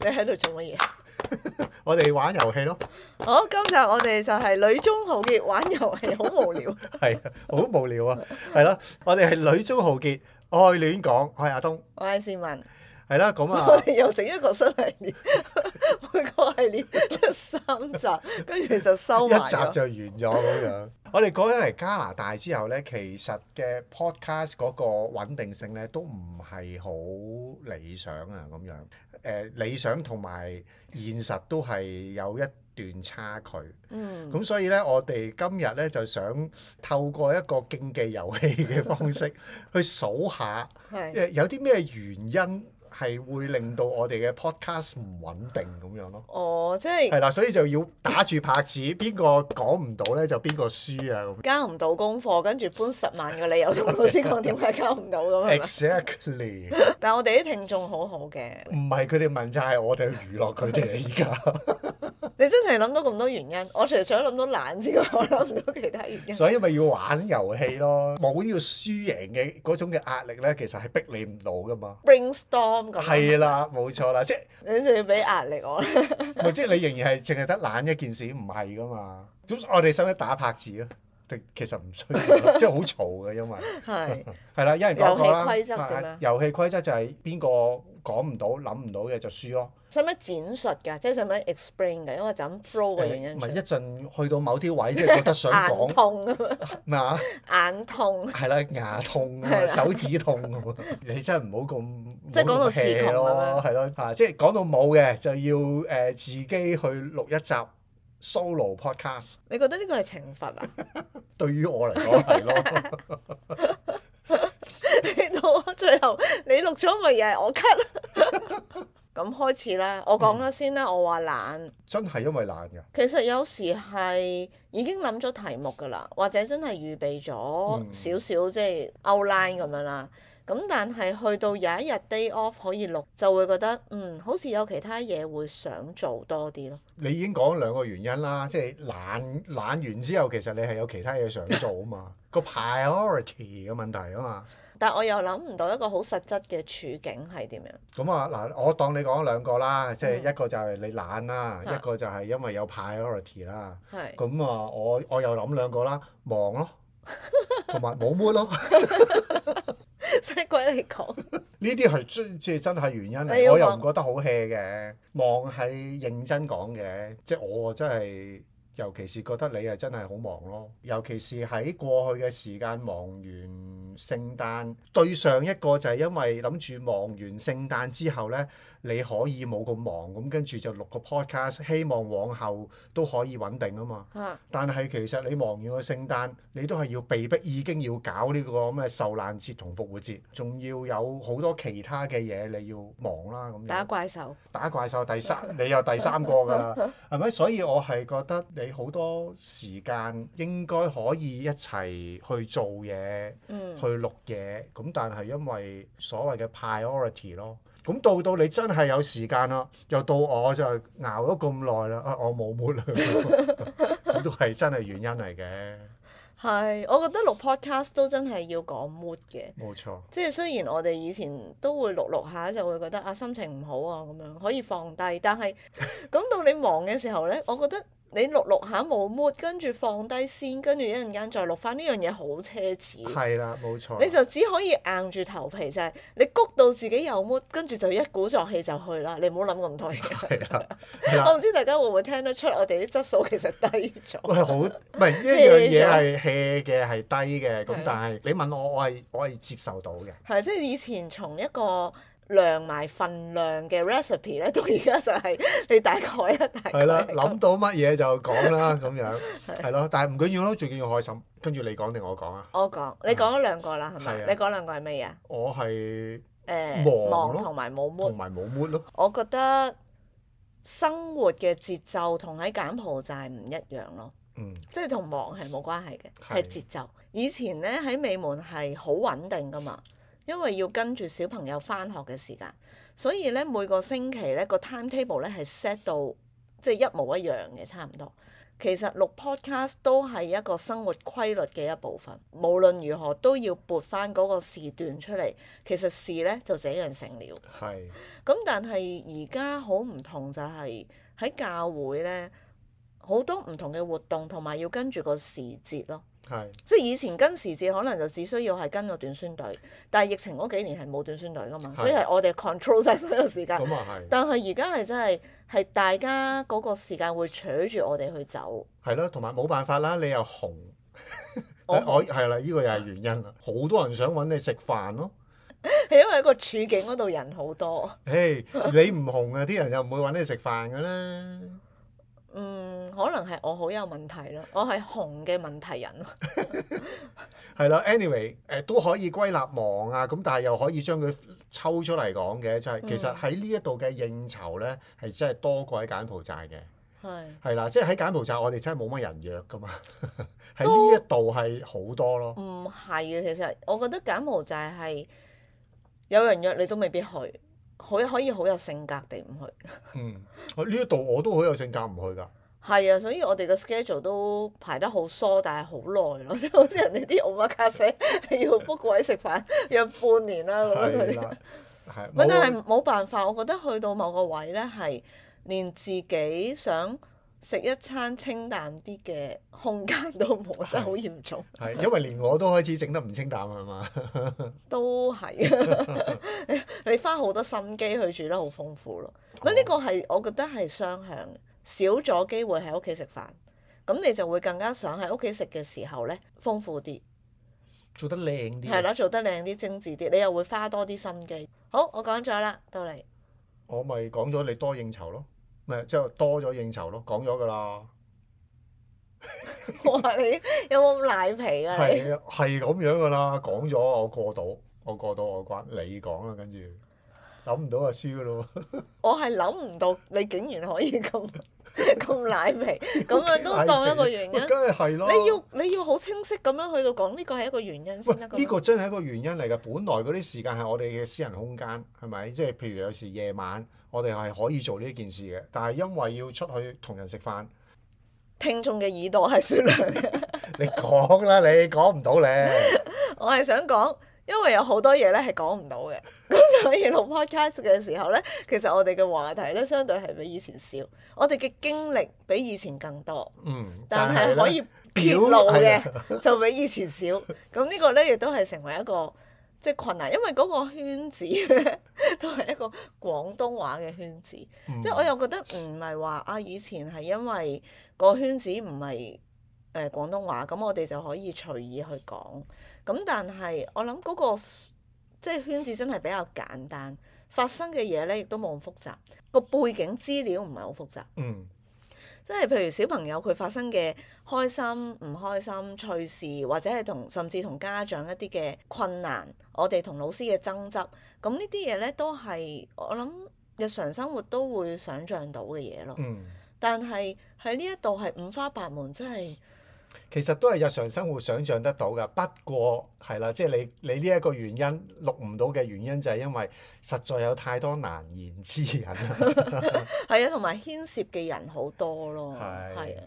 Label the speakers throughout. Speaker 1: 你喺度做乜嘢？
Speaker 2: 我哋玩遊戲咯，
Speaker 1: 好，今集我哋就係女中豪傑玩遊戲，好無 聊。
Speaker 2: 係好無聊啊，係啦，我哋係女中豪傑，愛亂講，我係阿東，
Speaker 1: 我係市民。
Speaker 2: 係啦，咁
Speaker 1: 我
Speaker 2: 啊，
Speaker 1: 哋又整一個新系列， 每個系列出三集，跟住就收
Speaker 2: 一
Speaker 1: 埋
Speaker 2: 集
Speaker 1: 咗。
Speaker 2: 就完咗咁樣。我哋過咗嚟加拿大之後咧，其實嘅 podcast 嗰個穩定性咧都唔係好理想啊，咁樣。誒、理想同埋現實都係有一段差距。
Speaker 1: 嗯，
Speaker 2: 咁所以咧，我哋今日咧就想透過一個競技遊戲嘅方式去數下，
Speaker 1: 係
Speaker 2: 誒有啲咩原因係會令到我哋嘅 podcast 唔穩定咁樣咯。
Speaker 1: 哦，即係
Speaker 2: 係啦，所以就要打住拍子，邊個講唔到咧就邊個輸啊咁。
Speaker 1: 交唔到功課，跟住搬十萬個理由同老師講點解交唔到咁係咪
Speaker 2: Exactly，
Speaker 1: 但係我哋啲聽眾好好嘅，
Speaker 2: 唔係佢哋問就係我哋去娛樂佢哋啊！
Speaker 1: 你真係諗到咁多原因。我除咗想諗到懶之外，我諗唔到其他原
Speaker 2: 依家，
Speaker 1: 因。
Speaker 2: 所以咪要玩遊戲咯。冇要輸贏嘅嗰種嘅壓力咧，其實係逼你唔到噶嘛。
Speaker 1: brainstorm 咁，啊
Speaker 2: 係啊啦，冇錯啦，即係
Speaker 1: 你仲要俾壓力我咧？
Speaker 2: 咪即係你仍然係淨係得懶一件事，唔係噶嘛？咁我哋使唔使打拍子啊？定其實唔需要咯，即係好嘈嘅，因為
Speaker 1: 係
Speaker 2: 係啦，一人講一個啦。
Speaker 1: 遊戲規則點
Speaker 2: 啊
Speaker 1: 啊
Speaker 2: 遊戲規則就係邊個講唔到、諗唔到嘅就輸咯。
Speaker 1: 使唔使展述㗎？即係使唔使 explain 㗎？因為就咁 throw 嘅原因
Speaker 2: 誒唔
Speaker 1: 出
Speaker 2: 係
Speaker 1: 嚟
Speaker 2: 一陣去到某啲位，即係覺得想
Speaker 1: 眼
Speaker 2: 講
Speaker 1: 痛咁 樣，
Speaker 2: 咩啊？
Speaker 1: 眼痛。
Speaker 2: 係啦，牙痛啊
Speaker 1: 係
Speaker 2: 嘛，
Speaker 1: 啦
Speaker 2: 手指痛啊嘛，你真係唔好咁
Speaker 1: 即係講到啊
Speaker 2: 刺
Speaker 1: 刺痛咁樣
Speaker 2: 咯，係咯嚇，即係講到冇嘅就要誒、呃自己去錄一集 solo podcast。
Speaker 1: 你覺得呢個係懲罰啊？
Speaker 2: 對於我嚟講係咯，
Speaker 1: 你到我最後你錄咗咪又係我 cut 啊 咁開始啦，我講咗先
Speaker 2: 嗯
Speaker 1: 啦。我話懶，
Speaker 2: 真係因為懶㗎。
Speaker 1: 其實有時係已經諗咗題目㗎啦，或者真係預備咗
Speaker 2: 嗯
Speaker 1: 少少即係 outline 咁樣啦。咁但係去到有一日 day off 可以錄，就會覺得嗯，好似有其他嘢會想做多啲咯。
Speaker 2: 你已經講兩個原因啦，即係懶懶完之後，其實你係有其他嘢想做啊 嘛，個 priority 嘅問題啊嘛。
Speaker 1: 但我又諗唔到一個好實質嘅處境係點樣。
Speaker 2: 咁啊嗱，我當你講兩個啦，即係
Speaker 1: 嗯
Speaker 2: 一個就係你懶啦，
Speaker 1: 啊
Speaker 2: 一個就係因為有 priority 啦。
Speaker 1: 係
Speaker 2: 咁啊，我我又諗兩個啦，忙咯，同埋冇 mood 咯，
Speaker 1: 使鬼你講，
Speaker 2: 呢啲係真即係真係原因
Speaker 1: 你
Speaker 2: 嚟。
Speaker 1: 要
Speaker 2: 我又唔
Speaker 1: 忙
Speaker 2: 覺得好 hea 嘅，忙係認真講嘅，即係我真係。尤其是覺得你係真係好忙咯，尤其是喺過去嘅時間忙完聖誕，對上一個就係因為諗住忙完聖誕之後呢，你可以冇咁忙，咁跟住就錄個 podcast，希望往後都可以穩定啊嘛。
Speaker 1: 嚇
Speaker 2: 但係其實你忙完個聖誕，你都係要被逼已經要搞呢個咩受難節同復活節，仲要有好多其他嘅嘢你要忙啦咁
Speaker 1: 打
Speaker 2: 樣。
Speaker 1: 怪獸。
Speaker 2: 打怪獸第三，你又第三個㗎啦，係咪？所以我係覺得你好多時間應該可以一齊去做嘢。
Speaker 1: 嗯
Speaker 2: 去錄嘢，咁但係因為所謂嘅 priority 咯，咁到到你真係有時間啦，又到我就熬咗咁耐啦，啊我冇 mood 啦， 咁都係真係原因嚟嘅，
Speaker 1: 係，我覺得錄 podcast 都真係要講 mood 嘅，
Speaker 2: 冇錯，
Speaker 1: 即係雖然我哋以前都會錄錄下就會覺得啊心情唔好啊咁樣可以放低，但 係咁到你忙嘅時候呢，我覺得你錄錄下冇 mood，跟住放低先，跟住一陣間再錄翻呢樣嘢好奢侈。
Speaker 2: 係啦，冇錯，
Speaker 1: 你就只可以硬住頭皮就係、你谷到自己有 mood，跟住就一鼓作氣就去啦。你唔好諗咁多嘢。
Speaker 2: 係啦，係
Speaker 1: 我
Speaker 2: 啦，
Speaker 1: 唔知大家會唔會聽得出我哋啲質素其實低咗。
Speaker 2: 喂好，唔係呢 一樣嘢係 hea 嘅，係低嘅，咁
Speaker 1: 係
Speaker 2: 但係你問我，我係我係接受到嘅。
Speaker 1: 係，即係以前從一個量埋份量嘅 recipe 咧，到而家就係你大概啊，大概
Speaker 2: 係啦，
Speaker 1: 係咁
Speaker 2: 諗到乜嘢就講啦，咁 樣係咯，但係唔緊要咯，最緊要開心。跟住你講定我講啊？
Speaker 1: 我講，你講咗兩個啦，係咪
Speaker 2: 係啊？
Speaker 1: 你講兩個係乜嘢啊？
Speaker 2: 我係
Speaker 1: 誒，
Speaker 2: 忙咯
Speaker 1: 忙同埋冇 mood
Speaker 2: 同。埋冇 mood 咯。
Speaker 1: 我覺得生活嘅節奏同喺柬埔寨唔一樣咯，
Speaker 2: 嗯，
Speaker 1: 即係同忙係冇關係嘅，係
Speaker 2: 係
Speaker 1: 節奏。以前咧喺美門係好穩定噶嘛，因為要跟住小朋友返學嘅時間，所以咧每個星期咧個 timetable 咧係 set 到即係一模一樣嘅差唔多。其實錄 podcast 都係一個生活規律嘅一部分，無論如何都要撥翻嗰個時段出嚟。其實事呢就這樣成了。
Speaker 2: 係
Speaker 1: 咁但係而家好唔同就係喺教會呢，好多唔同嘅活動同埋要跟住個時節咯。
Speaker 2: 係
Speaker 1: 即係以前跟時節可能就只需要係跟個短宣隊，但係疫情嗰幾年係冇短宣隊噶嘛，
Speaker 2: 係
Speaker 1: 所以係我哋 control 晒所有時間。
Speaker 2: 咁啊係
Speaker 1: 但係而家係真係係大家嗰個時間會扯住我哋去走。
Speaker 2: 係咯，同埋冇辦法啦，你又紅，
Speaker 1: 我
Speaker 2: 我係啦，呢個又係 原因啦，啊好多人想揾你食飯咯。
Speaker 1: 係因為個處境嗰度人好多，
Speaker 2: 誒，你唔紅啊，啲人又唔會揾你食飯噶啦。
Speaker 1: 嗯，可能係我好有問題咯，我係紅嘅問題人咯，
Speaker 2: 係啦，anyway，誒、都可以歸納忙啊，咁但係又可以將佢抽出嚟講嘅，就係、
Speaker 1: 嗯
Speaker 2: 其實喺呢一度嘅應酬呢，係真係多過喺柬埔寨嘅。
Speaker 1: 係
Speaker 2: 係啦，即係喺柬埔寨我哋真係冇乜人約噶嘛， 喺呢一度係好多咯。
Speaker 1: 唔係嘅？其實我覺得柬埔寨係有人約你都未必去，可可以好有性格地唔去。
Speaker 2: 嗯，呢一度我都好有性格唔去㗎。
Speaker 1: 係啊，所以我哋嘅 schedule 都排得好疏，但係好耐咯， 即係好似人哋啲奧馬卡寫，你要 book 個位食飯，約半年啦咁樣嗰
Speaker 2: 係
Speaker 1: 啲。
Speaker 2: 啦，係。
Speaker 1: 咁但
Speaker 2: 冇
Speaker 1: 哦
Speaker 2: 啊
Speaker 1: 係冇辦法，我覺得去到某個位咧，係連自己想食一餐清淡啲嘅空間都冇，真係好嚴重。
Speaker 2: 係因為連我都開始整得唔清淡係嘛？
Speaker 1: 都係， 你花好多心機去煮得好豐富咯。
Speaker 2: 哦
Speaker 1: 咁呢個係我覺得係雙向嘅，少咗機會喺屋企食飯，咁你就會更加想喺屋企食嘅時候咧豐富啲，
Speaker 2: 做得靚啲。
Speaker 1: 係啦，做得靚啲、精緻啲，你又會花多啲心機。好，我講咗啦，到 你。
Speaker 2: 我咪講咗你多應酬咯，咪即係多咗應酬咯，講咗㗎啦。
Speaker 1: 我話你有冇咁賴皮啊？你
Speaker 2: 係啊係咁樣㗎啦，講咗我過到，我過到我關你講啦，跟住諗唔到就輸㗎咯。
Speaker 1: 我係諗唔到你竟然可以咁 咁賴皮，咁樣都當一個原因。
Speaker 2: 喂梗係係啦。
Speaker 1: 你要你要好清晰咁樣去到講呢個係一個原因
Speaker 2: 喂
Speaker 1: 先得㗎嘛。
Speaker 2: 呢個真係一個原因嚟㗎。本來嗰啲時間係我哋嘅私人空間，係咪？即係譬如有時夜晚我哋係可以做呢件事嘅，但係因為要出去同人食飯，
Speaker 1: 聽眾嘅耳朵係雪亮 嘅，
Speaker 2: 你 講啦，你講唔到咧。
Speaker 1: 我係想講，因為有好多嘢咧係講唔到嘅， 咁所以錄 podcast 嘅時候咧，其實我哋嘅話題咧相對係比以前少，我哋嘅經歷比以前更多，
Speaker 2: 嗯，
Speaker 1: 但係可
Speaker 2: 咧
Speaker 1: 以揭
Speaker 2: 表
Speaker 1: 露
Speaker 2: 係
Speaker 1: 嘅
Speaker 2: 啊
Speaker 1: 就比以前少，咁呢個咧亦都係成為一個即係困難，因為嗰個圈子咧 都係一個廣東話嘅圈子。
Speaker 2: 嗯
Speaker 1: 即係我又覺得唔係話啊，以前係因為個圈子唔係誒廣東話，咁我哋就可以隨意去講。咁但係我諗嗰、個 s- 即係圈子真係比較簡單，發生嘅嘢咧亦都冇咁複雜，個背景資料唔係好複雜。
Speaker 2: 嗯
Speaker 1: 即係譬如小朋友佢發生嘅開心、唔開心、趣事，或者係同甚至同家長一啲嘅困難，我哋同老師嘅爭執，咁呢啲嘢呢，都係我諗日常生活都會想像到嘅嘢咯。
Speaker 2: 嗯。
Speaker 1: 但係喺呢一度係五花八門，真係
Speaker 2: 其實都係日常生活想像得到嘅，不過係啦，即係你你呢一個原因錄唔到嘅原因就係因為實在有太多難言之隱啦，
Speaker 1: 係啊，同埋牽涉嘅人好多咯，
Speaker 2: 係
Speaker 1: 係啊，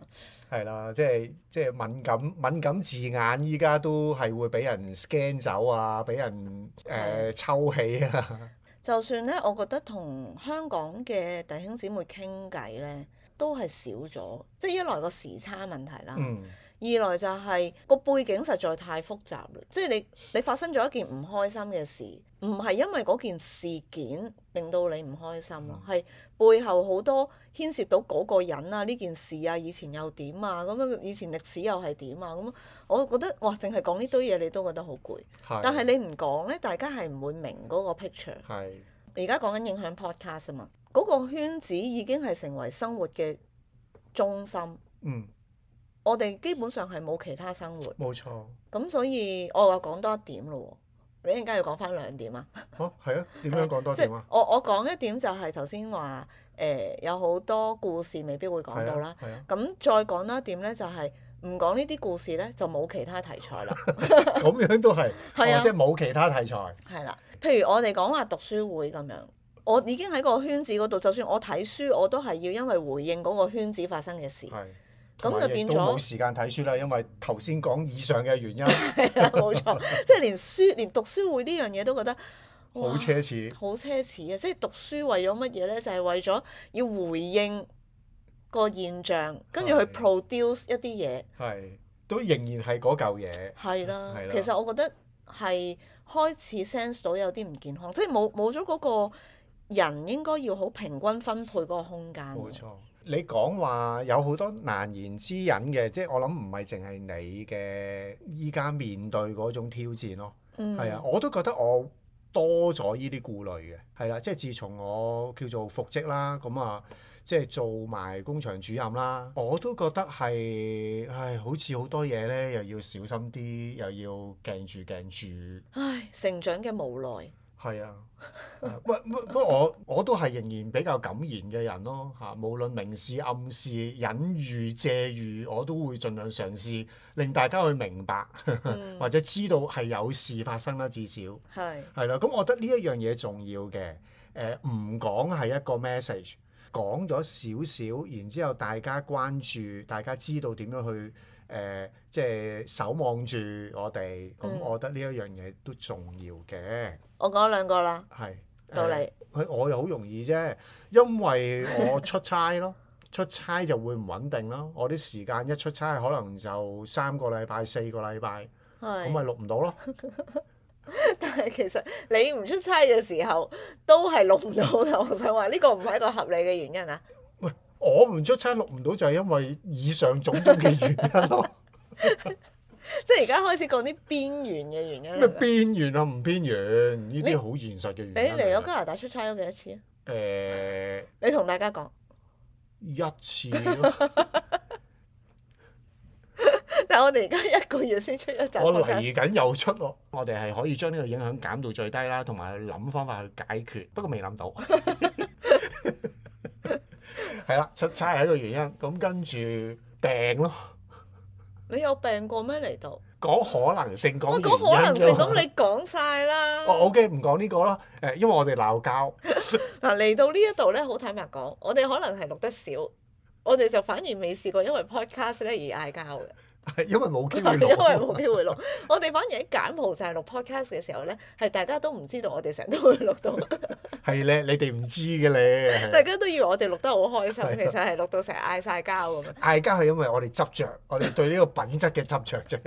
Speaker 2: 係啦，即係即係敏感敏感字眼，依家都係會俾人 scan 走啊，俾人
Speaker 1: 哦
Speaker 2: 誒、呃抽起啊，
Speaker 1: 就算呢，我覺得同香港嘅弟兄姊妹傾偈呢，都係少咗，即係一來個時差問題啦。
Speaker 2: 嗯
Speaker 1: 二來就係個背景實在太複雜啦，即係你你發生咗一件唔開心嘅事，唔係因為嗰件事件令到你唔開心咯，係背後好多牽涉到嗰個人啊、呢件事啊、以前又點啊、咁樣以前歷史又係點啊咁，我覺得哇，淨係講呢堆嘢你都覺得好攰，
Speaker 2: 係，
Speaker 1: 但係你唔講呢，大家係唔會明嗰個 picture。
Speaker 2: 係
Speaker 1: 而家講緊影響 podcast 啊嘛，嗰個圈子已經係成為生活嘅中心，
Speaker 2: 嗯
Speaker 1: 我哋基本上係冇其他生活。
Speaker 2: 冇錯，
Speaker 1: 咁所以我話講多一點咯喎，你一陣間要講翻兩點啊？
Speaker 2: 哦係啊，點樣講多
Speaker 1: 即
Speaker 2: 點
Speaker 1: 係
Speaker 2: 啊？
Speaker 1: 我我講一點就係頭先話誒有好多故事未必會講
Speaker 2: 係
Speaker 1: 到
Speaker 2: 啊
Speaker 1: 啦，。
Speaker 2: 係啊，
Speaker 1: 咁再講多一點咧就係唔講呢啲故事咧就冇其他題 材啦，
Speaker 2: 咁樣都係，
Speaker 1: 係啊
Speaker 2: 哦即係冇其他題材，
Speaker 1: 係啦。譬如我哋講話讀書會咁樣。我已經喺個圈子嗰度，就算我睇書，我都係要因為回應嗰個圈子發生嘅事，
Speaker 2: 係
Speaker 1: 咁
Speaker 2: 同
Speaker 1: 就
Speaker 2: 埋亦
Speaker 1: 變
Speaker 2: 都
Speaker 1: 咗
Speaker 2: 冇時間睇書啦，因為頭先講以上嘅原 因
Speaker 1: 係啦，冇錯，即係連書連讀書會呢樣嘢都覺得
Speaker 2: 好
Speaker 1: 哇
Speaker 2: 奢侈。
Speaker 1: 好奢侈啊！即係讀書為咗乜嘢咧？就係、為咗要回應個現象，跟住去
Speaker 2: 係
Speaker 1: produce 一啲嘢，
Speaker 2: 係都仍然係嗰嚿嘢，
Speaker 1: 係啦
Speaker 2: 係。啦
Speaker 1: 其實我覺得係開始 sense 到有啲唔健康，即係冇冇咗嗰個人應該要好平均分配嗰個空間。
Speaker 2: 冇錯。你講話有好多難言之隱嘅，即係我諗唔係淨係你嘅依家面對嗰種挑戰咯。
Speaker 1: 嗯，
Speaker 2: 係啊，，我都覺得我多咗呢啲顧慮嘅，係啦，即係自從我叫做復職啦，咁啊，即係做埋工場主任啦，我都覺得係，唉，好似好多嘢咧，又要小心啲，又要鏡住鏡住，
Speaker 1: 唉，成長嘅無 奈。
Speaker 2: 係啊，啊不不不過我我都係仍然比較敢言嘅人咯嚇，無論明示暗示、隱喻、借喻，我都會盡量嘗試令大家去明白，
Speaker 1: 嗯，
Speaker 2: 或者知道係有事發生啦，至少。
Speaker 1: 係
Speaker 2: 係啦，咁我覺得呢一樣嘢重要嘅，誒唔講係一個 message，講咗少少，然之後大家關注，大家知道點樣去誒、呃即係守望住我哋，咁
Speaker 1: 嗯
Speaker 2: 我覺得呢一樣嘢都重要嘅，
Speaker 1: 我講兩個啦，
Speaker 2: 係
Speaker 1: 到
Speaker 2: 誒
Speaker 1: 你。
Speaker 2: 佢我又好容易啫，因為我出差咯， 出差就會唔穩定咯，我啲時間一出差可能就三個禮拜、四個禮拜，咁啊咪
Speaker 1: 係，
Speaker 2: 錄唔到咯。
Speaker 1: 但係其實你唔出差嘅時候都係錄唔到嘅。我想話呢個唔係一個合理嘅原因啊。
Speaker 2: 我唔出差錄唔到就係因為以上種種嘅原因咯，
Speaker 1: 即係而家開始講啲邊緣嘅原因
Speaker 2: 咩
Speaker 1: 啦。
Speaker 2: 邊緣啊唔邊緣呢啲好現實嘅原因
Speaker 1: 你
Speaker 2: 嚟嘅。
Speaker 1: 嚟咗加拿大出差咗幾多次啊？
Speaker 2: 誒、
Speaker 1: 你同大家講，
Speaker 2: 一次咯，
Speaker 1: 但係我哋而家一個月先出一集
Speaker 2: 我
Speaker 1: podcast
Speaker 2: 嚟緊又出咯。我哋係可以將呢個影響減到最低啦，同埋諗方法去解決，不過未諗到。係啦，出差係一個原因，咁跟住病咯，
Speaker 1: 你有病過咩嚟到？
Speaker 2: 講可能性，講
Speaker 1: 我
Speaker 2: 原
Speaker 1: 哦講可能
Speaker 2: 因
Speaker 1: 性，
Speaker 2: 啫嘛
Speaker 1: 咁你講晒啦。
Speaker 2: 哦，OK，唔講呢個啦。誒，因為我哋鬧交。
Speaker 1: 嗱嚟到呢一度咧，好坦白講，我哋可能係錄得少，我哋就反而未試過因為 podcast 咧而嗌交嘅。
Speaker 2: 係 因為冇機會
Speaker 1: 因為
Speaker 2: 攞，
Speaker 1: 冇機會錄，我哋反而喺柬埔寨錄 podcast 嘅時候咧，係大家都唔知道我哋成日都會錄到，
Speaker 2: 係咧，你哋唔知嘅咧
Speaker 1: 大。家都以為我哋錄得好開心，其實係錄到成日嗌晒交咁樣。
Speaker 2: 嗌交係因為我哋執 着，我哋對呢個品質嘅執着啫。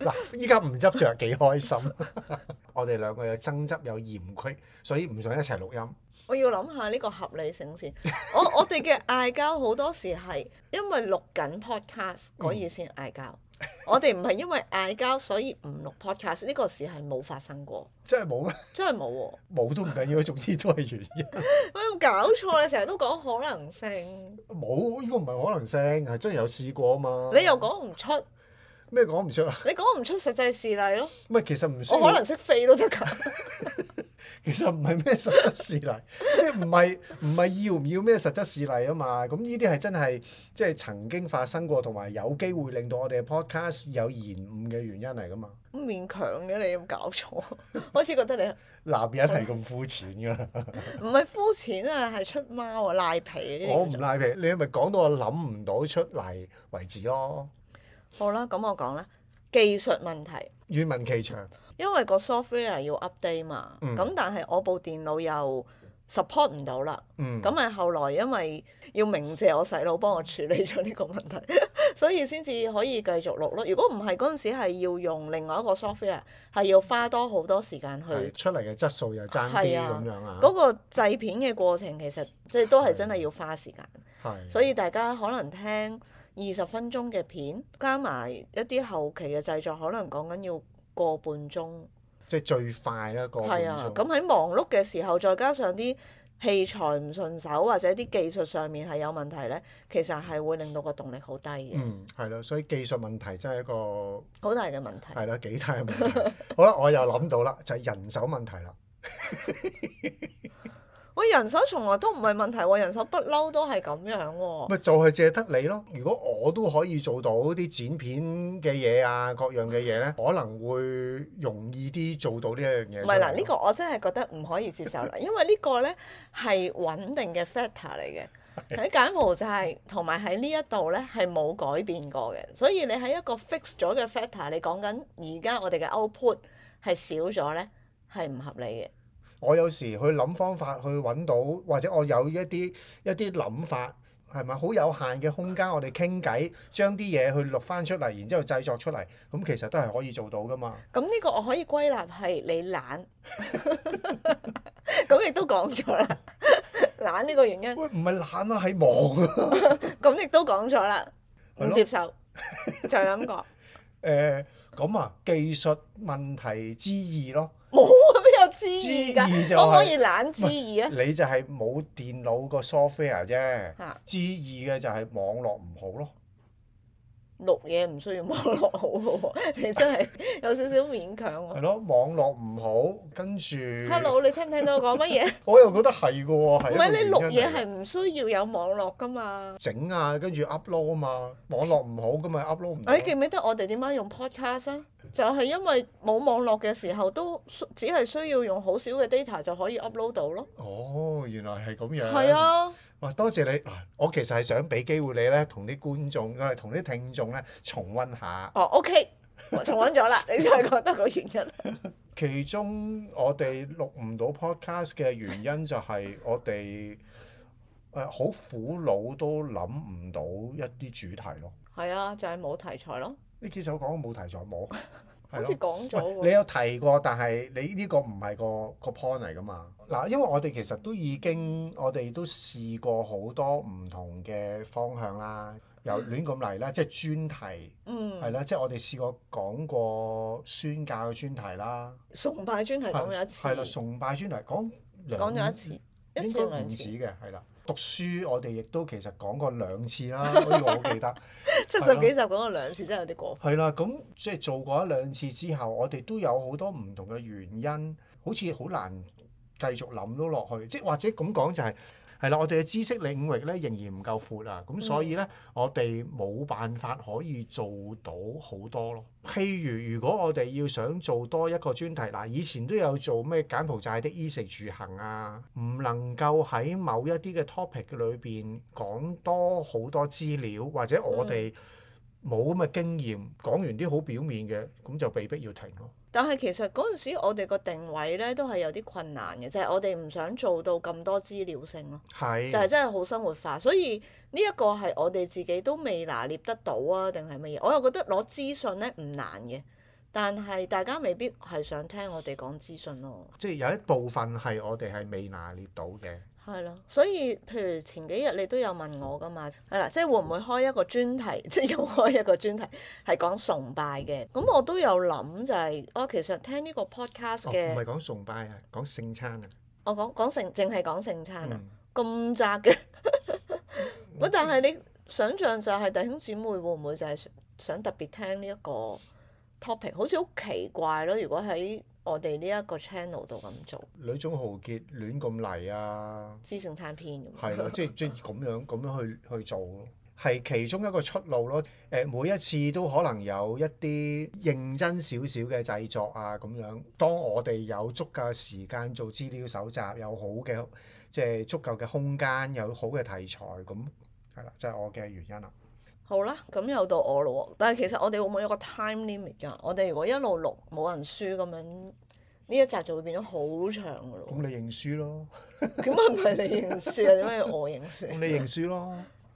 Speaker 2: 嗱，依家唔執着幾開心。 我哋兩個有爭執有嫌隙，所以唔想一齊錄音。
Speaker 1: 我要諗下呢個合理性先。我 我哋嘅嗌交好多時係因為錄緊 podcast
Speaker 2: 嗯
Speaker 1: 嗰以先嗌交，我哋唔係因為嗌交所以唔錄 podcast 呢個事係冇發生過，
Speaker 2: 真係冇咩？
Speaker 1: 真係冇喎。
Speaker 2: 冇都唔緊要，總之都係原因。
Speaker 1: 我有冇搞錯？你成日都講可能性，
Speaker 2: 冇呢個唔係可能性，係真係有試過啊嘛。
Speaker 1: 你又講唔出，
Speaker 2: 咩講唔出啊？
Speaker 1: 你講唔出實際事例咯。
Speaker 2: 唔係其實唔需
Speaker 1: 我可
Speaker 2: 要，
Speaker 1: 能識飛都得㗎。
Speaker 2: 其實唔係咩實質事例， 即係唔係唔係要唔要咩實質事例啊嘛。咁呢啲係真係即係曾經發生過，同埋有機會令到我哋嘅 podcast 有延誤嘅原因嚟噶嘛。
Speaker 1: 咁勉強嘅你有冇搞錯？ 開始覺得你
Speaker 2: 男人係咁膚 淺噶，
Speaker 1: 唔係膚淺啊，係出貓啊，賴皮呢啲叫做。
Speaker 2: 我唔拉皮，你咪講到我諗唔到出嚟為止咯。
Speaker 1: 好啦，咁我講啦，技術問題，
Speaker 2: 願聞其詳，
Speaker 1: 因為個 software 要 update 嘛，
Speaker 2: 嗯
Speaker 1: 咁、但係我部電腦又 support 唔到啦，
Speaker 2: 嗯，
Speaker 1: 咁咪、後來因為要鳴謝我細佬幫我處理咗呢個問題， 所以先至可以繼續錄咯。如果唔係嗰陣時係要用另外一個 software，係要花多好多時間去
Speaker 2: 係。出嚟嘅質素又爭啲
Speaker 1: 係啊
Speaker 2: 咁樣啊，
Speaker 1: 嗰個製片嘅過程其實即係都係真係要花時間。
Speaker 2: 係，
Speaker 1: 所以大家可能聽二十分鐘嘅片，加埋一啲後期嘅製作，可能講緊要個半鐘。
Speaker 2: 即係最快啦個半
Speaker 1: 係啊，咁
Speaker 2: 鐘，
Speaker 1: 喺忙碌嘅時候，再加上啲器材唔順手，或者啲技術上面係有問題呢，其實係會令到個動力好低嘅，
Speaker 2: 嗯，係啦，所以技術問題真係一個
Speaker 1: 好大嘅問題。
Speaker 2: 係啦幾大嘅問題。好啦，我又諗到啦，就係人手問題啦。
Speaker 1: 喂，人手從來都唔係問題喎，人手不嬲都係咁樣喎。
Speaker 2: 咪就係借得你咯。如果我都可以做到啲剪片嘅嘢啊，各樣嘅嘢咧，可能會容易啲做到呢一樣嘢
Speaker 1: 唔
Speaker 2: 出嚟咯。
Speaker 1: 係嗱，呢個我真係覺得唔可以接受啦，因為呢個呢係穩定嘅 factor 嚟嘅。喺柬埔寨同埋喺呢一度咧係冇改變過嘅，所以你喺一個 fix 咗嘅 factor，你講緊而家我哋嘅 output 係少咗咧，係唔合理嘅。
Speaker 2: 我有時去諗方法去揾到，或者我有一啲一啲諗法，係咪好有限嘅空間？我哋傾偈，將啲嘢去錄翻出嚟，然之後製作出嚟，咁其實都係可以做到噶嘛。
Speaker 1: 咁呢個我可以歸納係你懶， 咁亦都講咗啦，懶呢個原因，
Speaker 2: 喂，唔係懶啊，係忙啊。
Speaker 1: 咁亦都講咗啦，
Speaker 2: 係
Speaker 1: 唔
Speaker 2: 咯
Speaker 1: 接受， 就係咁講。
Speaker 2: 誒咁啊，技術問題之二咯，
Speaker 1: 冇啊，邊有知義
Speaker 2: 之
Speaker 1: 㗎？
Speaker 2: 二就
Speaker 1: 可唔可以
Speaker 2: 係、
Speaker 1: 懶知義啊？
Speaker 2: 你就係冇電腦個 software 啫。
Speaker 1: 嚇，
Speaker 2: 之二嘅就係網絡唔好咯。
Speaker 1: 錄嘢唔需要網絡好喎， 你真係有少少勉強喎
Speaker 2: 係。咯，網絡唔好，跟住
Speaker 1: Hello，你聽唔聽到我講乜嘢？
Speaker 2: 我又覺得係嘅喎，係
Speaker 1: 唔係
Speaker 2: 一個
Speaker 1: 你錄
Speaker 2: 原因嚟
Speaker 1: 嘢
Speaker 2: 嘅
Speaker 1: 係唔需要有網絡噶嘛？
Speaker 2: 整啊，跟住 upload 啊嘛，網絡唔好咁咪 upload 唔到
Speaker 1: 你。記唔記得我哋點解用 podcast 啊？就係因為冇網絡嘅時候，都需只係需要用好少嘅 data 就可以 upload 到咯。
Speaker 2: 哦，原來係咁樣。
Speaker 1: 係。啊，
Speaker 2: 哇，多謝你。嗱我其實係想俾機會你咧，同啲觀眾，誒，同啲聽眾咧，重温下。
Speaker 1: 哦，OK，我重温咗啦， 你就係覺得個原 因。
Speaker 2: 其中我哋錄唔到 podcast 嘅原因就係我哋誒好苦惱都諗唔到一啲主題咯。
Speaker 1: 係啊，就係冇題材咯，
Speaker 2: 呢幾首講冇題材冇，係
Speaker 1: 好似
Speaker 2: 咯。
Speaker 1: 講咗
Speaker 2: 喂，你
Speaker 1: 喎。
Speaker 2: 有提過，但係你呢個唔係個個 point 嚟噶嘛？嗱，因為我哋其實都已經，我哋都試過好多唔同嘅方向啦，由亂咁嚟啦，即係專題係
Speaker 1: 嗯，
Speaker 2: 啦，即係我哋試過講過宣教嘅專題啦，
Speaker 1: 崇拜專題講咗一次，
Speaker 2: 係啦，崇拜嗯專題講兩
Speaker 1: 講咗一次，一
Speaker 2: 應
Speaker 1: 次
Speaker 2: 該
Speaker 1: 兩
Speaker 2: 唔止
Speaker 1: 次，
Speaker 2: 嘅，係啦。讀書我哋亦都其實講過兩 次啦，呢個我記得。
Speaker 1: 七十幾集講咗兩次，真係有啲過分。
Speaker 2: 係啦，咁即係做過一兩次之後，我哋都有好多唔同嘅原因，好似好難繼續諗到落去。即係或者咁講就係係啦，我哋嘅知識領域咧仍然唔夠闊啊，咁所以咧我哋冇辦法可以做到好多咯。譬如如果我哋要想做多一個專題，嗱以前都有做咩柬埔寨的衣食住行啊，唔能夠喺某一啲嘅 topic 裏邊講多好多資料，或者
Speaker 1: 嗯
Speaker 2: 我哋、冇咁嘅經驗，講完啲好表面嘅，咁就被逼要停咯。
Speaker 1: 但係其實嗰陣時，我哋個定位咧都係有啲困難嘅，就係、我哋唔想做到咁多資料性咯，
Speaker 2: 係，
Speaker 1: 就係、真係好生活化。所以呢一個係我哋自己都未拿捏得到啊，定係乜嘢？我又覺得攞資訊咧唔難嘅，但係大家未必係想聽我哋講資訊咯。
Speaker 2: 即係有一部分係我哋係未拿捏到嘅。
Speaker 1: 係咯，所以譬如前幾日你都有問我噶嘛，係啦，即係會唔會開一個專題，即係又開一個專題係講崇拜嘅？咁我都有諗就係、哦，其實聽呢個 podcast
Speaker 2: 哦，
Speaker 1: 嘅
Speaker 2: 唔係，講崇拜啊，講聖餐啊。
Speaker 1: 我講講聖，淨係講聖餐啊，
Speaker 2: 嗯
Speaker 1: 咁窄嘅。 咁但係你想象就係弟兄姊妹會唔會就係想想特別聽呢一個 topic，好似好奇怪咯。如果喺我哋呢一個 channel 度咁做，
Speaker 2: 女中豪傑亂咁嚟啊，
Speaker 1: 知聖餐篇咁。
Speaker 2: 係 啦，即係即係咁樣咁樣去去做咯，係其中一個出路咯。誒、每一次都可能有一啲認真少少嘅製作啊，咁樣。當我哋有足夠嘅時間做資料搜集，有好嘅即係足夠嘅空間，有好嘅題材，咁係啦，就係、我嘅原因啦。
Speaker 1: 好啦，咁又到我咯喎。但係其實我哋會唔會有個 time limit 㗎？我哋如果一路錄冇人輸咁樣，呢一集就會變咗好長㗎咯
Speaker 2: 咁你認輸 咯，
Speaker 1: 喎。 咁係咪你認輸啊？點解要我認
Speaker 2: 咁
Speaker 1: 輸？
Speaker 2: 你認輸咯，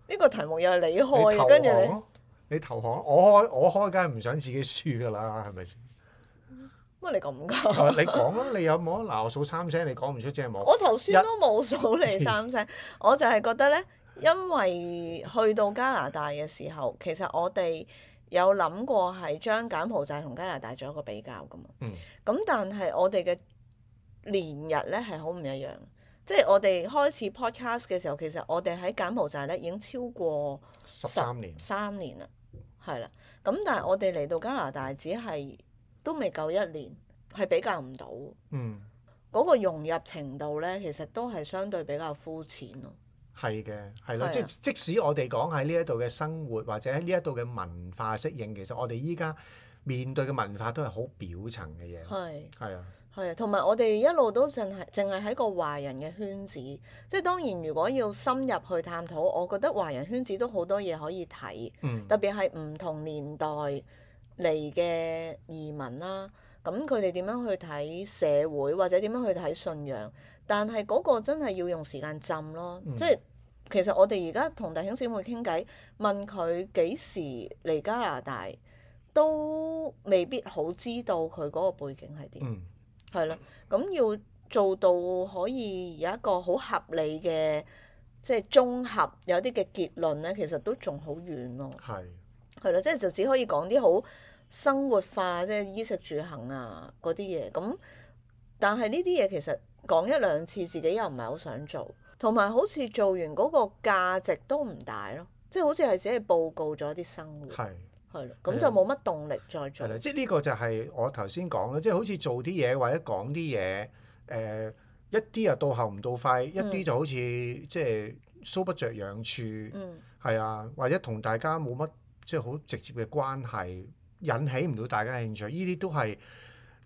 Speaker 1: 呢個題目又係你開
Speaker 2: 你投
Speaker 1: 嘅，跟住
Speaker 2: 降
Speaker 1: 你。
Speaker 2: 咯，你投降。我開我開，梗係唔想自己輸㗎啦，係咪先？
Speaker 1: 乜你咁
Speaker 2: 係
Speaker 1: 㗎？
Speaker 2: 咪你講啦，你有冇？嗱，我數三聲，你講唔出即係冇。
Speaker 1: 我頭先都冇數你三聲，我就係覺得咧，因為去到加拿大嘅時候，其實我哋有諗過係將柬埔寨同加拿大做一個比較噶嘛。
Speaker 2: 嗯。
Speaker 1: 咁但係我哋嘅連日咧係好唔一樣，即係我哋開始 podcast 嘅時候，其實我哋喺柬埔寨咧已經超過
Speaker 2: 十三年，
Speaker 1: 三年啦，係啦。咁但係我哋嚟到加拿大只係都未夠一年，係比較唔到。
Speaker 2: 嗯，
Speaker 1: 嗰個融入程度咧，其實都係相對比較膚淺咯。
Speaker 2: 係嘅，係
Speaker 1: 係
Speaker 2: 啦。
Speaker 1: 啊
Speaker 2: 即即使我哋講喺呢一度嘅生活或者喺呢一度嘅文化適應，其實我哋依家面對嘅文化都係好表層嘅嘢。
Speaker 1: 係
Speaker 2: 係啊，
Speaker 1: 係啊，同埋我哋一路都淨係淨係喺個華人嘅圈子，即係當然如果要深入去探討，我覺得華人圈子都好多嘢可以睇，
Speaker 2: 嗯，
Speaker 1: 特別係唔同年代嚟嘅移民啦。咁佢哋點樣去睇社會，或者點樣去睇信仰？但係嗰個真係要用時間浸咯，
Speaker 2: 嗯
Speaker 1: 即係其實我哋而家同弟兄姊妹傾偈，問佢幾時嚟加拿大，都未必好知道佢嗰個背景係點。
Speaker 2: 嗯，
Speaker 1: 係啦，咁要做到可以有一個好合理嘅，即係綜合有啲嘅結論咧，其實都仲好遠咯。
Speaker 2: 係，
Speaker 1: 係啦，即係就只可以講啲好生活化，即係衣食住行啊嗰啲嘢。咁但係呢啲嘢其實講一兩次，自己又唔係好想做，同埋好似做完嗰個價值都唔大咯。即係好似係只係報告咗啲生活，
Speaker 2: 嗯係。
Speaker 1: 係咯，
Speaker 2: 係
Speaker 1: 咁
Speaker 2: 啊
Speaker 1: 就冇乜動力再
Speaker 2: 係
Speaker 1: 做。
Speaker 2: 啦，即係呢個就係我頭先講啦，即係好似做啲嘢或者講啲嘢，誒、一啲又到喉唔到肺，一
Speaker 1: 嗯
Speaker 2: 啲就好似即係搔不着癢處，
Speaker 1: 嗯
Speaker 2: 係啊，或者同大家冇乜即係好直接嘅關係，引起唔到大家興趣，呢啲都係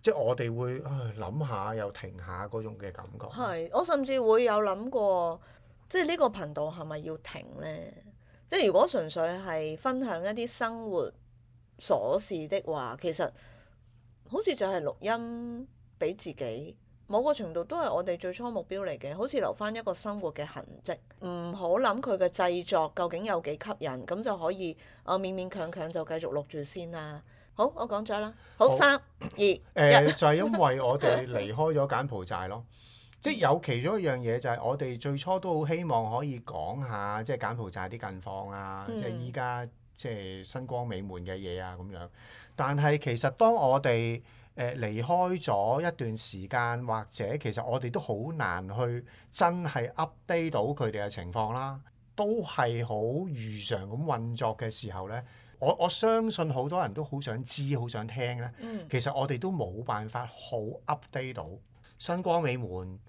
Speaker 2: 即係我哋會唉諗下又停下嗰種嘅感覺。
Speaker 1: 係，我甚至會有諗過，即係呢個頻道係咪要停呢？即係如果純粹係分享一啲生活瑣事的話，其實好似就係錄音俾自己，某個程度都係我哋最初目標嚟嘅，好似留翻一個生活嘅痕跡。唔好諗佢嘅製作究竟有幾吸引，咁就可以啊勉勉強強就繼續錄住先啦。好，我講咗啦。好，
Speaker 2: 好
Speaker 1: 三二一，
Speaker 2: 誒、呃就係因為我哋離開咗柬埔寨 咯，即係有其中一樣嘢就係我哋最初都好希望可以講下即係柬埔寨啲近況啊，
Speaker 1: 嗯
Speaker 2: 即係依家即係新光美門嘅嘢啊咁樣。但係其實當我哋誒、離開咗一段時間，或者其實我哋都好難去真係 update 到佢哋嘅情況啦，都係好如常咁運作嘅時候呢，我我相信好多人都好想知、好想聽呢。
Speaker 1: 嗯
Speaker 2: 其實我哋都冇辦法好 update 到新光美門，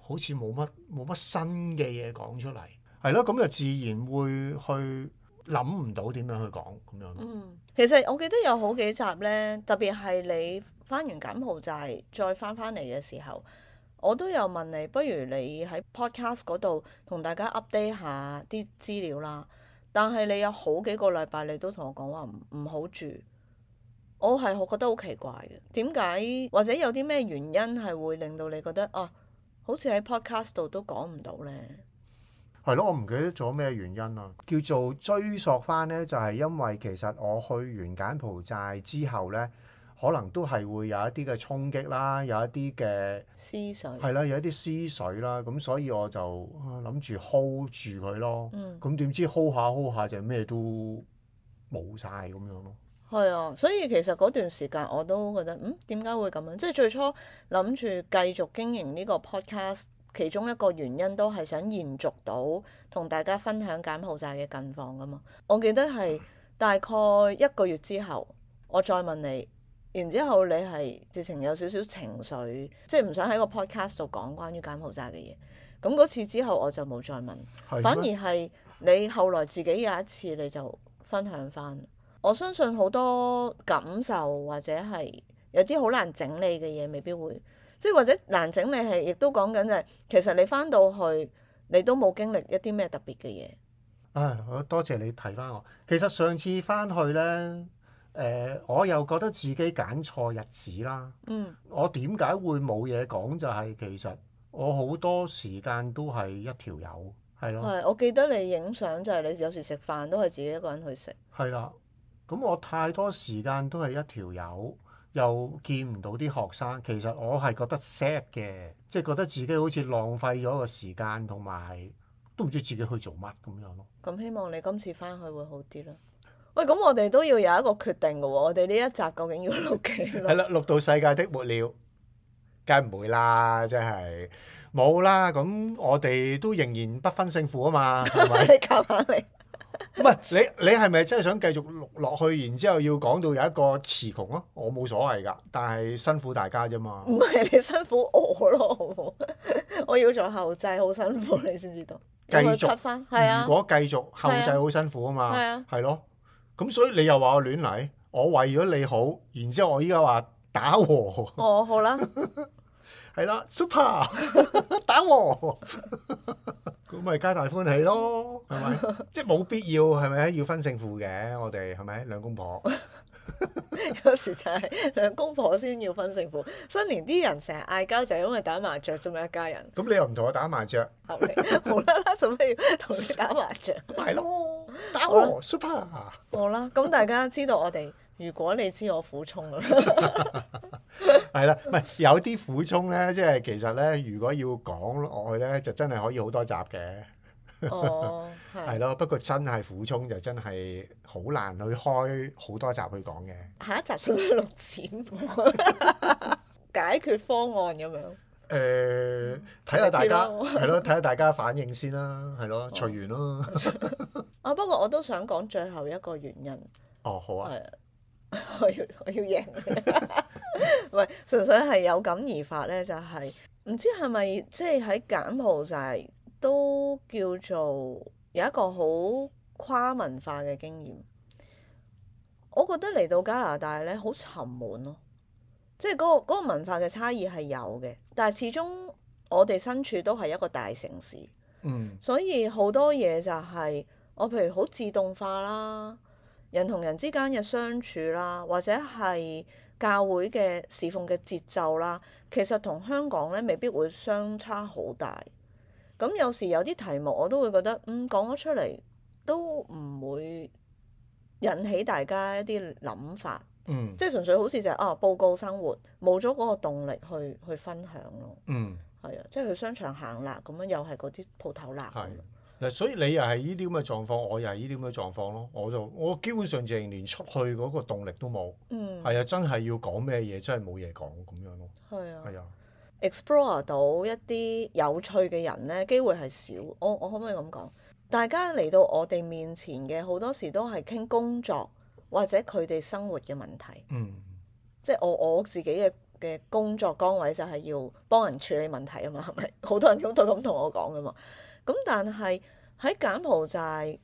Speaker 2: 好似冇乜冇乜新嘅嘢講出嚟，係咯，咁就自然會去諗唔到點樣去講咁樣咯。
Speaker 1: 嗯，其實我記得有好幾集咧，特別係你翻完柬埔寨再翻翻嚟嘅時候，我都有問你，不如你喺 podcast 嗰度同大家 update 下啲資料啦。但係你有好幾個禮拜你都同我講話唔唔好住，我係我覺得好奇怪嘅，點解或者有啲咩原因係會令到你覺得啊，好似喺 podcast 度都講唔到咧？
Speaker 2: 係咯，我唔記得咗咩原因啦。叫做追溯翻呢，就係因為其實我去完柬埔寨之後呢，可能都係會有一啲嘅衝擊啦，有一啲嘅
Speaker 1: 思緒，
Speaker 2: 係啦，有一啲思緒啦，咁所以我就啊諗住 hold 住佢咯。
Speaker 1: 嗯，
Speaker 2: 咁點知 hold 下 hold 下就咩都冇晒咁樣咯。
Speaker 1: 係啊，所以其實嗰段時間我都覺得，嗯，點解會咁樣？即係最初諗住繼續經營呢個 podcast，其中一個原因都係想延續到同大家分享柬埔寨嘅近況噶嘛。我記得係大概一個月之後，我再問你，然之後你係直情有少少情緒，即係唔想喺個 podcast 度講關於柬埔寨嘅嘢。咁嗰次之後我就冇再問。反而係你後來自己有一次你就分享翻，我相信好多感受或者係有啲好難整理嘅嘢，未必會即係或者難整理係，亦都講緊就係其實你翻到去你都冇經歷一啲咩特別嘅嘢，
Speaker 2: 唉，我多謝你提翻我。其實上次翻去呢，誒、我又覺得自己揀錯日子啦。
Speaker 1: 嗯
Speaker 2: 我點解會冇嘢講？就係、其實我好多時間都係一條友，係咯，
Speaker 1: 係我記得你影相就係你有時食飯都係自己一個人去食，
Speaker 2: 係啦。咁我太多時間都係一條友，又見唔到啲學生。其實我係覺得 sad 嘅，即係覺得自己好似浪費咗個時間，同埋都唔知自己去做乜咁樣咯。
Speaker 1: 咁希望你今次翻去會好啲啦。喂，咁我哋都要有一個決定嘅喎，我哋呢一集究竟要錄幾
Speaker 2: 係
Speaker 1: 耐？
Speaker 2: 啦，錄到世界的末了，梗係唔會啦，真係冇啦。咁我哋都仍然不分勝負啊嘛，係咪？
Speaker 1: 你夾下嚟。
Speaker 2: 唔係你你係咪真係想繼續錄落去，然之後要講到有一個詞窮咯？我冇所謂㗎，但係辛苦大家啫嘛。
Speaker 1: 唔係你辛苦我咯，好唔好？我要做後製，好辛苦，你知唔知道？
Speaker 2: 繼續
Speaker 1: 有冇 cut 翻，係啊
Speaker 2: 如，果繼續後
Speaker 1: 係
Speaker 2: 製
Speaker 1: 啊
Speaker 2: 好辛苦啊嘛，
Speaker 1: 係啊
Speaker 2: 係咯。咁所以你又話我亂嚟，我為咗你好，然之後我依家話打和。
Speaker 1: 哦，好啦，
Speaker 2: 係啦，super 打和，咁咪皆大歡喜咯，係 咪？即係冇必要係咪？要分勝負嘅，我哋係咪兩 公婆？
Speaker 1: 有時就係兩公婆先要分勝負。新年啲人成日嗌交就係因為打麻雀啫嘛，一家人
Speaker 2: 咁你又唔同我打麻雀，
Speaker 1: 合 理，無啦啦做咩要同你打麻雀？
Speaker 2: 咁咪 係咯，打
Speaker 1: 好啊
Speaker 2: 和 super。
Speaker 1: 好啦，咁大家知道我哋，如果你知我苦衷啊 啦，
Speaker 2: 係啦，唔係有啲苦衷咧，即係其實咧，如果要講落去咧，就真係可以好多集嘅，
Speaker 1: 哦，
Speaker 2: 係
Speaker 1: 係。
Speaker 2: 咯。不過真係苦衷就真係好難去開好多集去講嘅。
Speaker 1: 下一集想唔想錄剪我 解決方案咁樣？嗯
Speaker 2: 誒，睇下大 家
Speaker 1: 有啲
Speaker 2: 係咯，睇下大家反應先啦，係
Speaker 1: 哦
Speaker 2: 咯，隨緣咯。
Speaker 1: 啊，不過我都想講最後一個原因。
Speaker 2: 哦，好啊，
Speaker 1: 係啊， 我要我要贏 你，唔係純粹係有感而發咧，就係、唔知係咪即係喺柬埔寨都叫做有一個好跨文化嘅經驗。我覺得嚟到加拿大咧，好沉悶咯，即係嗰、個嗰個文化嘅差異係有嘅，但係始終我哋身處都係一個大城市。
Speaker 2: 嗯，
Speaker 1: 所以好多嘢就係、我譬如好自動化啦，人同人之間嘅相處啦，或者係教會嘅侍奉嘅節奏啦，其實同香港咧未必會相差好大。咁有時有啲題目我都會覺得，嗯，講咗出嚟都唔會引起大家一啲諗法，
Speaker 2: 嗯，
Speaker 1: 即係純粹好似就係、啊報告生活，冇咗嗰個動力去去分享咯。
Speaker 2: 嗯，
Speaker 1: 係啊，即係去商場行啦，咁樣又係嗰啲鋪頭啦。咁
Speaker 2: 係
Speaker 1: 樣。
Speaker 2: 嗱，所以你又係呢啲咁嘅狀況，我又係呢啲咁嘅狀況咯。我就我基本上就係連出去嗰個動力都冇，
Speaker 1: 嗯，
Speaker 2: 係啊，真係要講咩嘢，真係冇嘢講咁樣咯。
Speaker 1: 係啊
Speaker 2: 係啊，
Speaker 1: ，explore 到一啲有趣嘅人呢，機會係少。我我可唔可以咁講？大家嚟到我哋面前嘅好多時都係傾工作或者佢哋生活嘅問題。
Speaker 2: 嗯，
Speaker 1: 即係我我自己嘅嘅工作崗位就係要幫人處理問題啊嘛， 係咪？好多人咁都咁同我講噶嘛。咁但係喺柬埔寨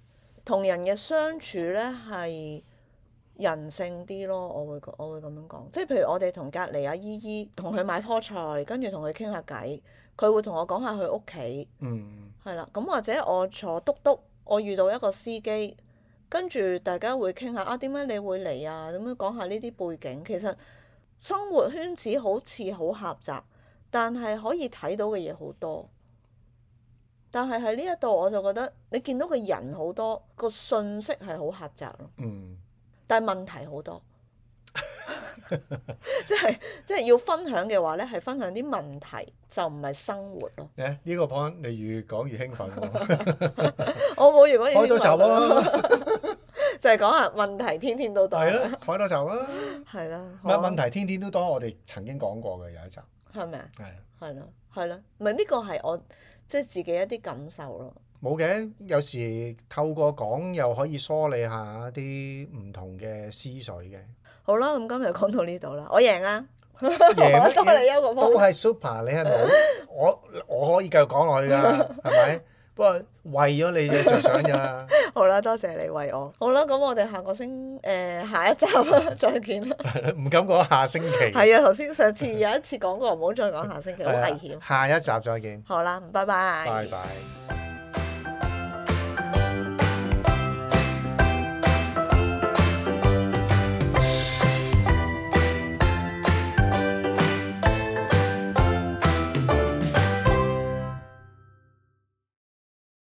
Speaker 1: 同人嘅相處呢，係人性啲咯，我會我會咁樣講。即係譬如我哋同隔離阿姨姨同佢買棵菜，跟住同佢傾下偈，佢會同我講下佢屋企。
Speaker 2: 嗯，
Speaker 1: 係啦，咁或者我坐嘟嘟，我遇到一個司機，跟住大家會傾下啊，點解你會嚟啊？咁樣講下呢啲背景，其實生活圈子好似好狹窄，但係可以睇到嘅嘢好多。但係喺呢一度我就覺得你見到嘅人好多，個信息係好狹窄咯，
Speaker 2: 嗯，
Speaker 1: 但係問題好多， 即係即係要分享嘅話咧，係分享啲問題，就唔係生活咯。
Speaker 2: 咧呢個 point 你越講越興 奮喎，
Speaker 1: 我冇如果
Speaker 2: 開多集啊！
Speaker 1: 就係講啊問題天天都多，
Speaker 2: 係啦，開多集啦。
Speaker 1: 係啦，啊
Speaker 2: 唔係問題，天天都多。我哋曾經講過嘅有一集，
Speaker 1: 係咪啊？
Speaker 2: 係
Speaker 1: 係啦，係啦，唔係呢個係我即係自己一啲感受咯。
Speaker 2: 冇嘅。有時透過講又可以梳理下啲唔同嘅思緒嘅。
Speaker 1: 好啦，咁今日講到呢度啦，我贏啦，
Speaker 2: 贏 啊乜
Speaker 1: 多你啊
Speaker 2: 嘢
Speaker 1: 一個
Speaker 2: 都
Speaker 1: point。
Speaker 2: 係 super，你係冇我我可以繼續講落去㗎，係咪？不過為咗你嘅着想咋，
Speaker 1: 好啦，多謝你為我。好啦，咁我哋下個星誒、呃下一集 啦，再見啦。
Speaker 2: 唔敢講下星期。
Speaker 1: 係啊，頭先上次有一次講過，唔好再講下星期，好
Speaker 2: 係啊
Speaker 1: 危險。
Speaker 2: 下一集再見，
Speaker 1: 好啦，拜拜。
Speaker 2: 拜拜。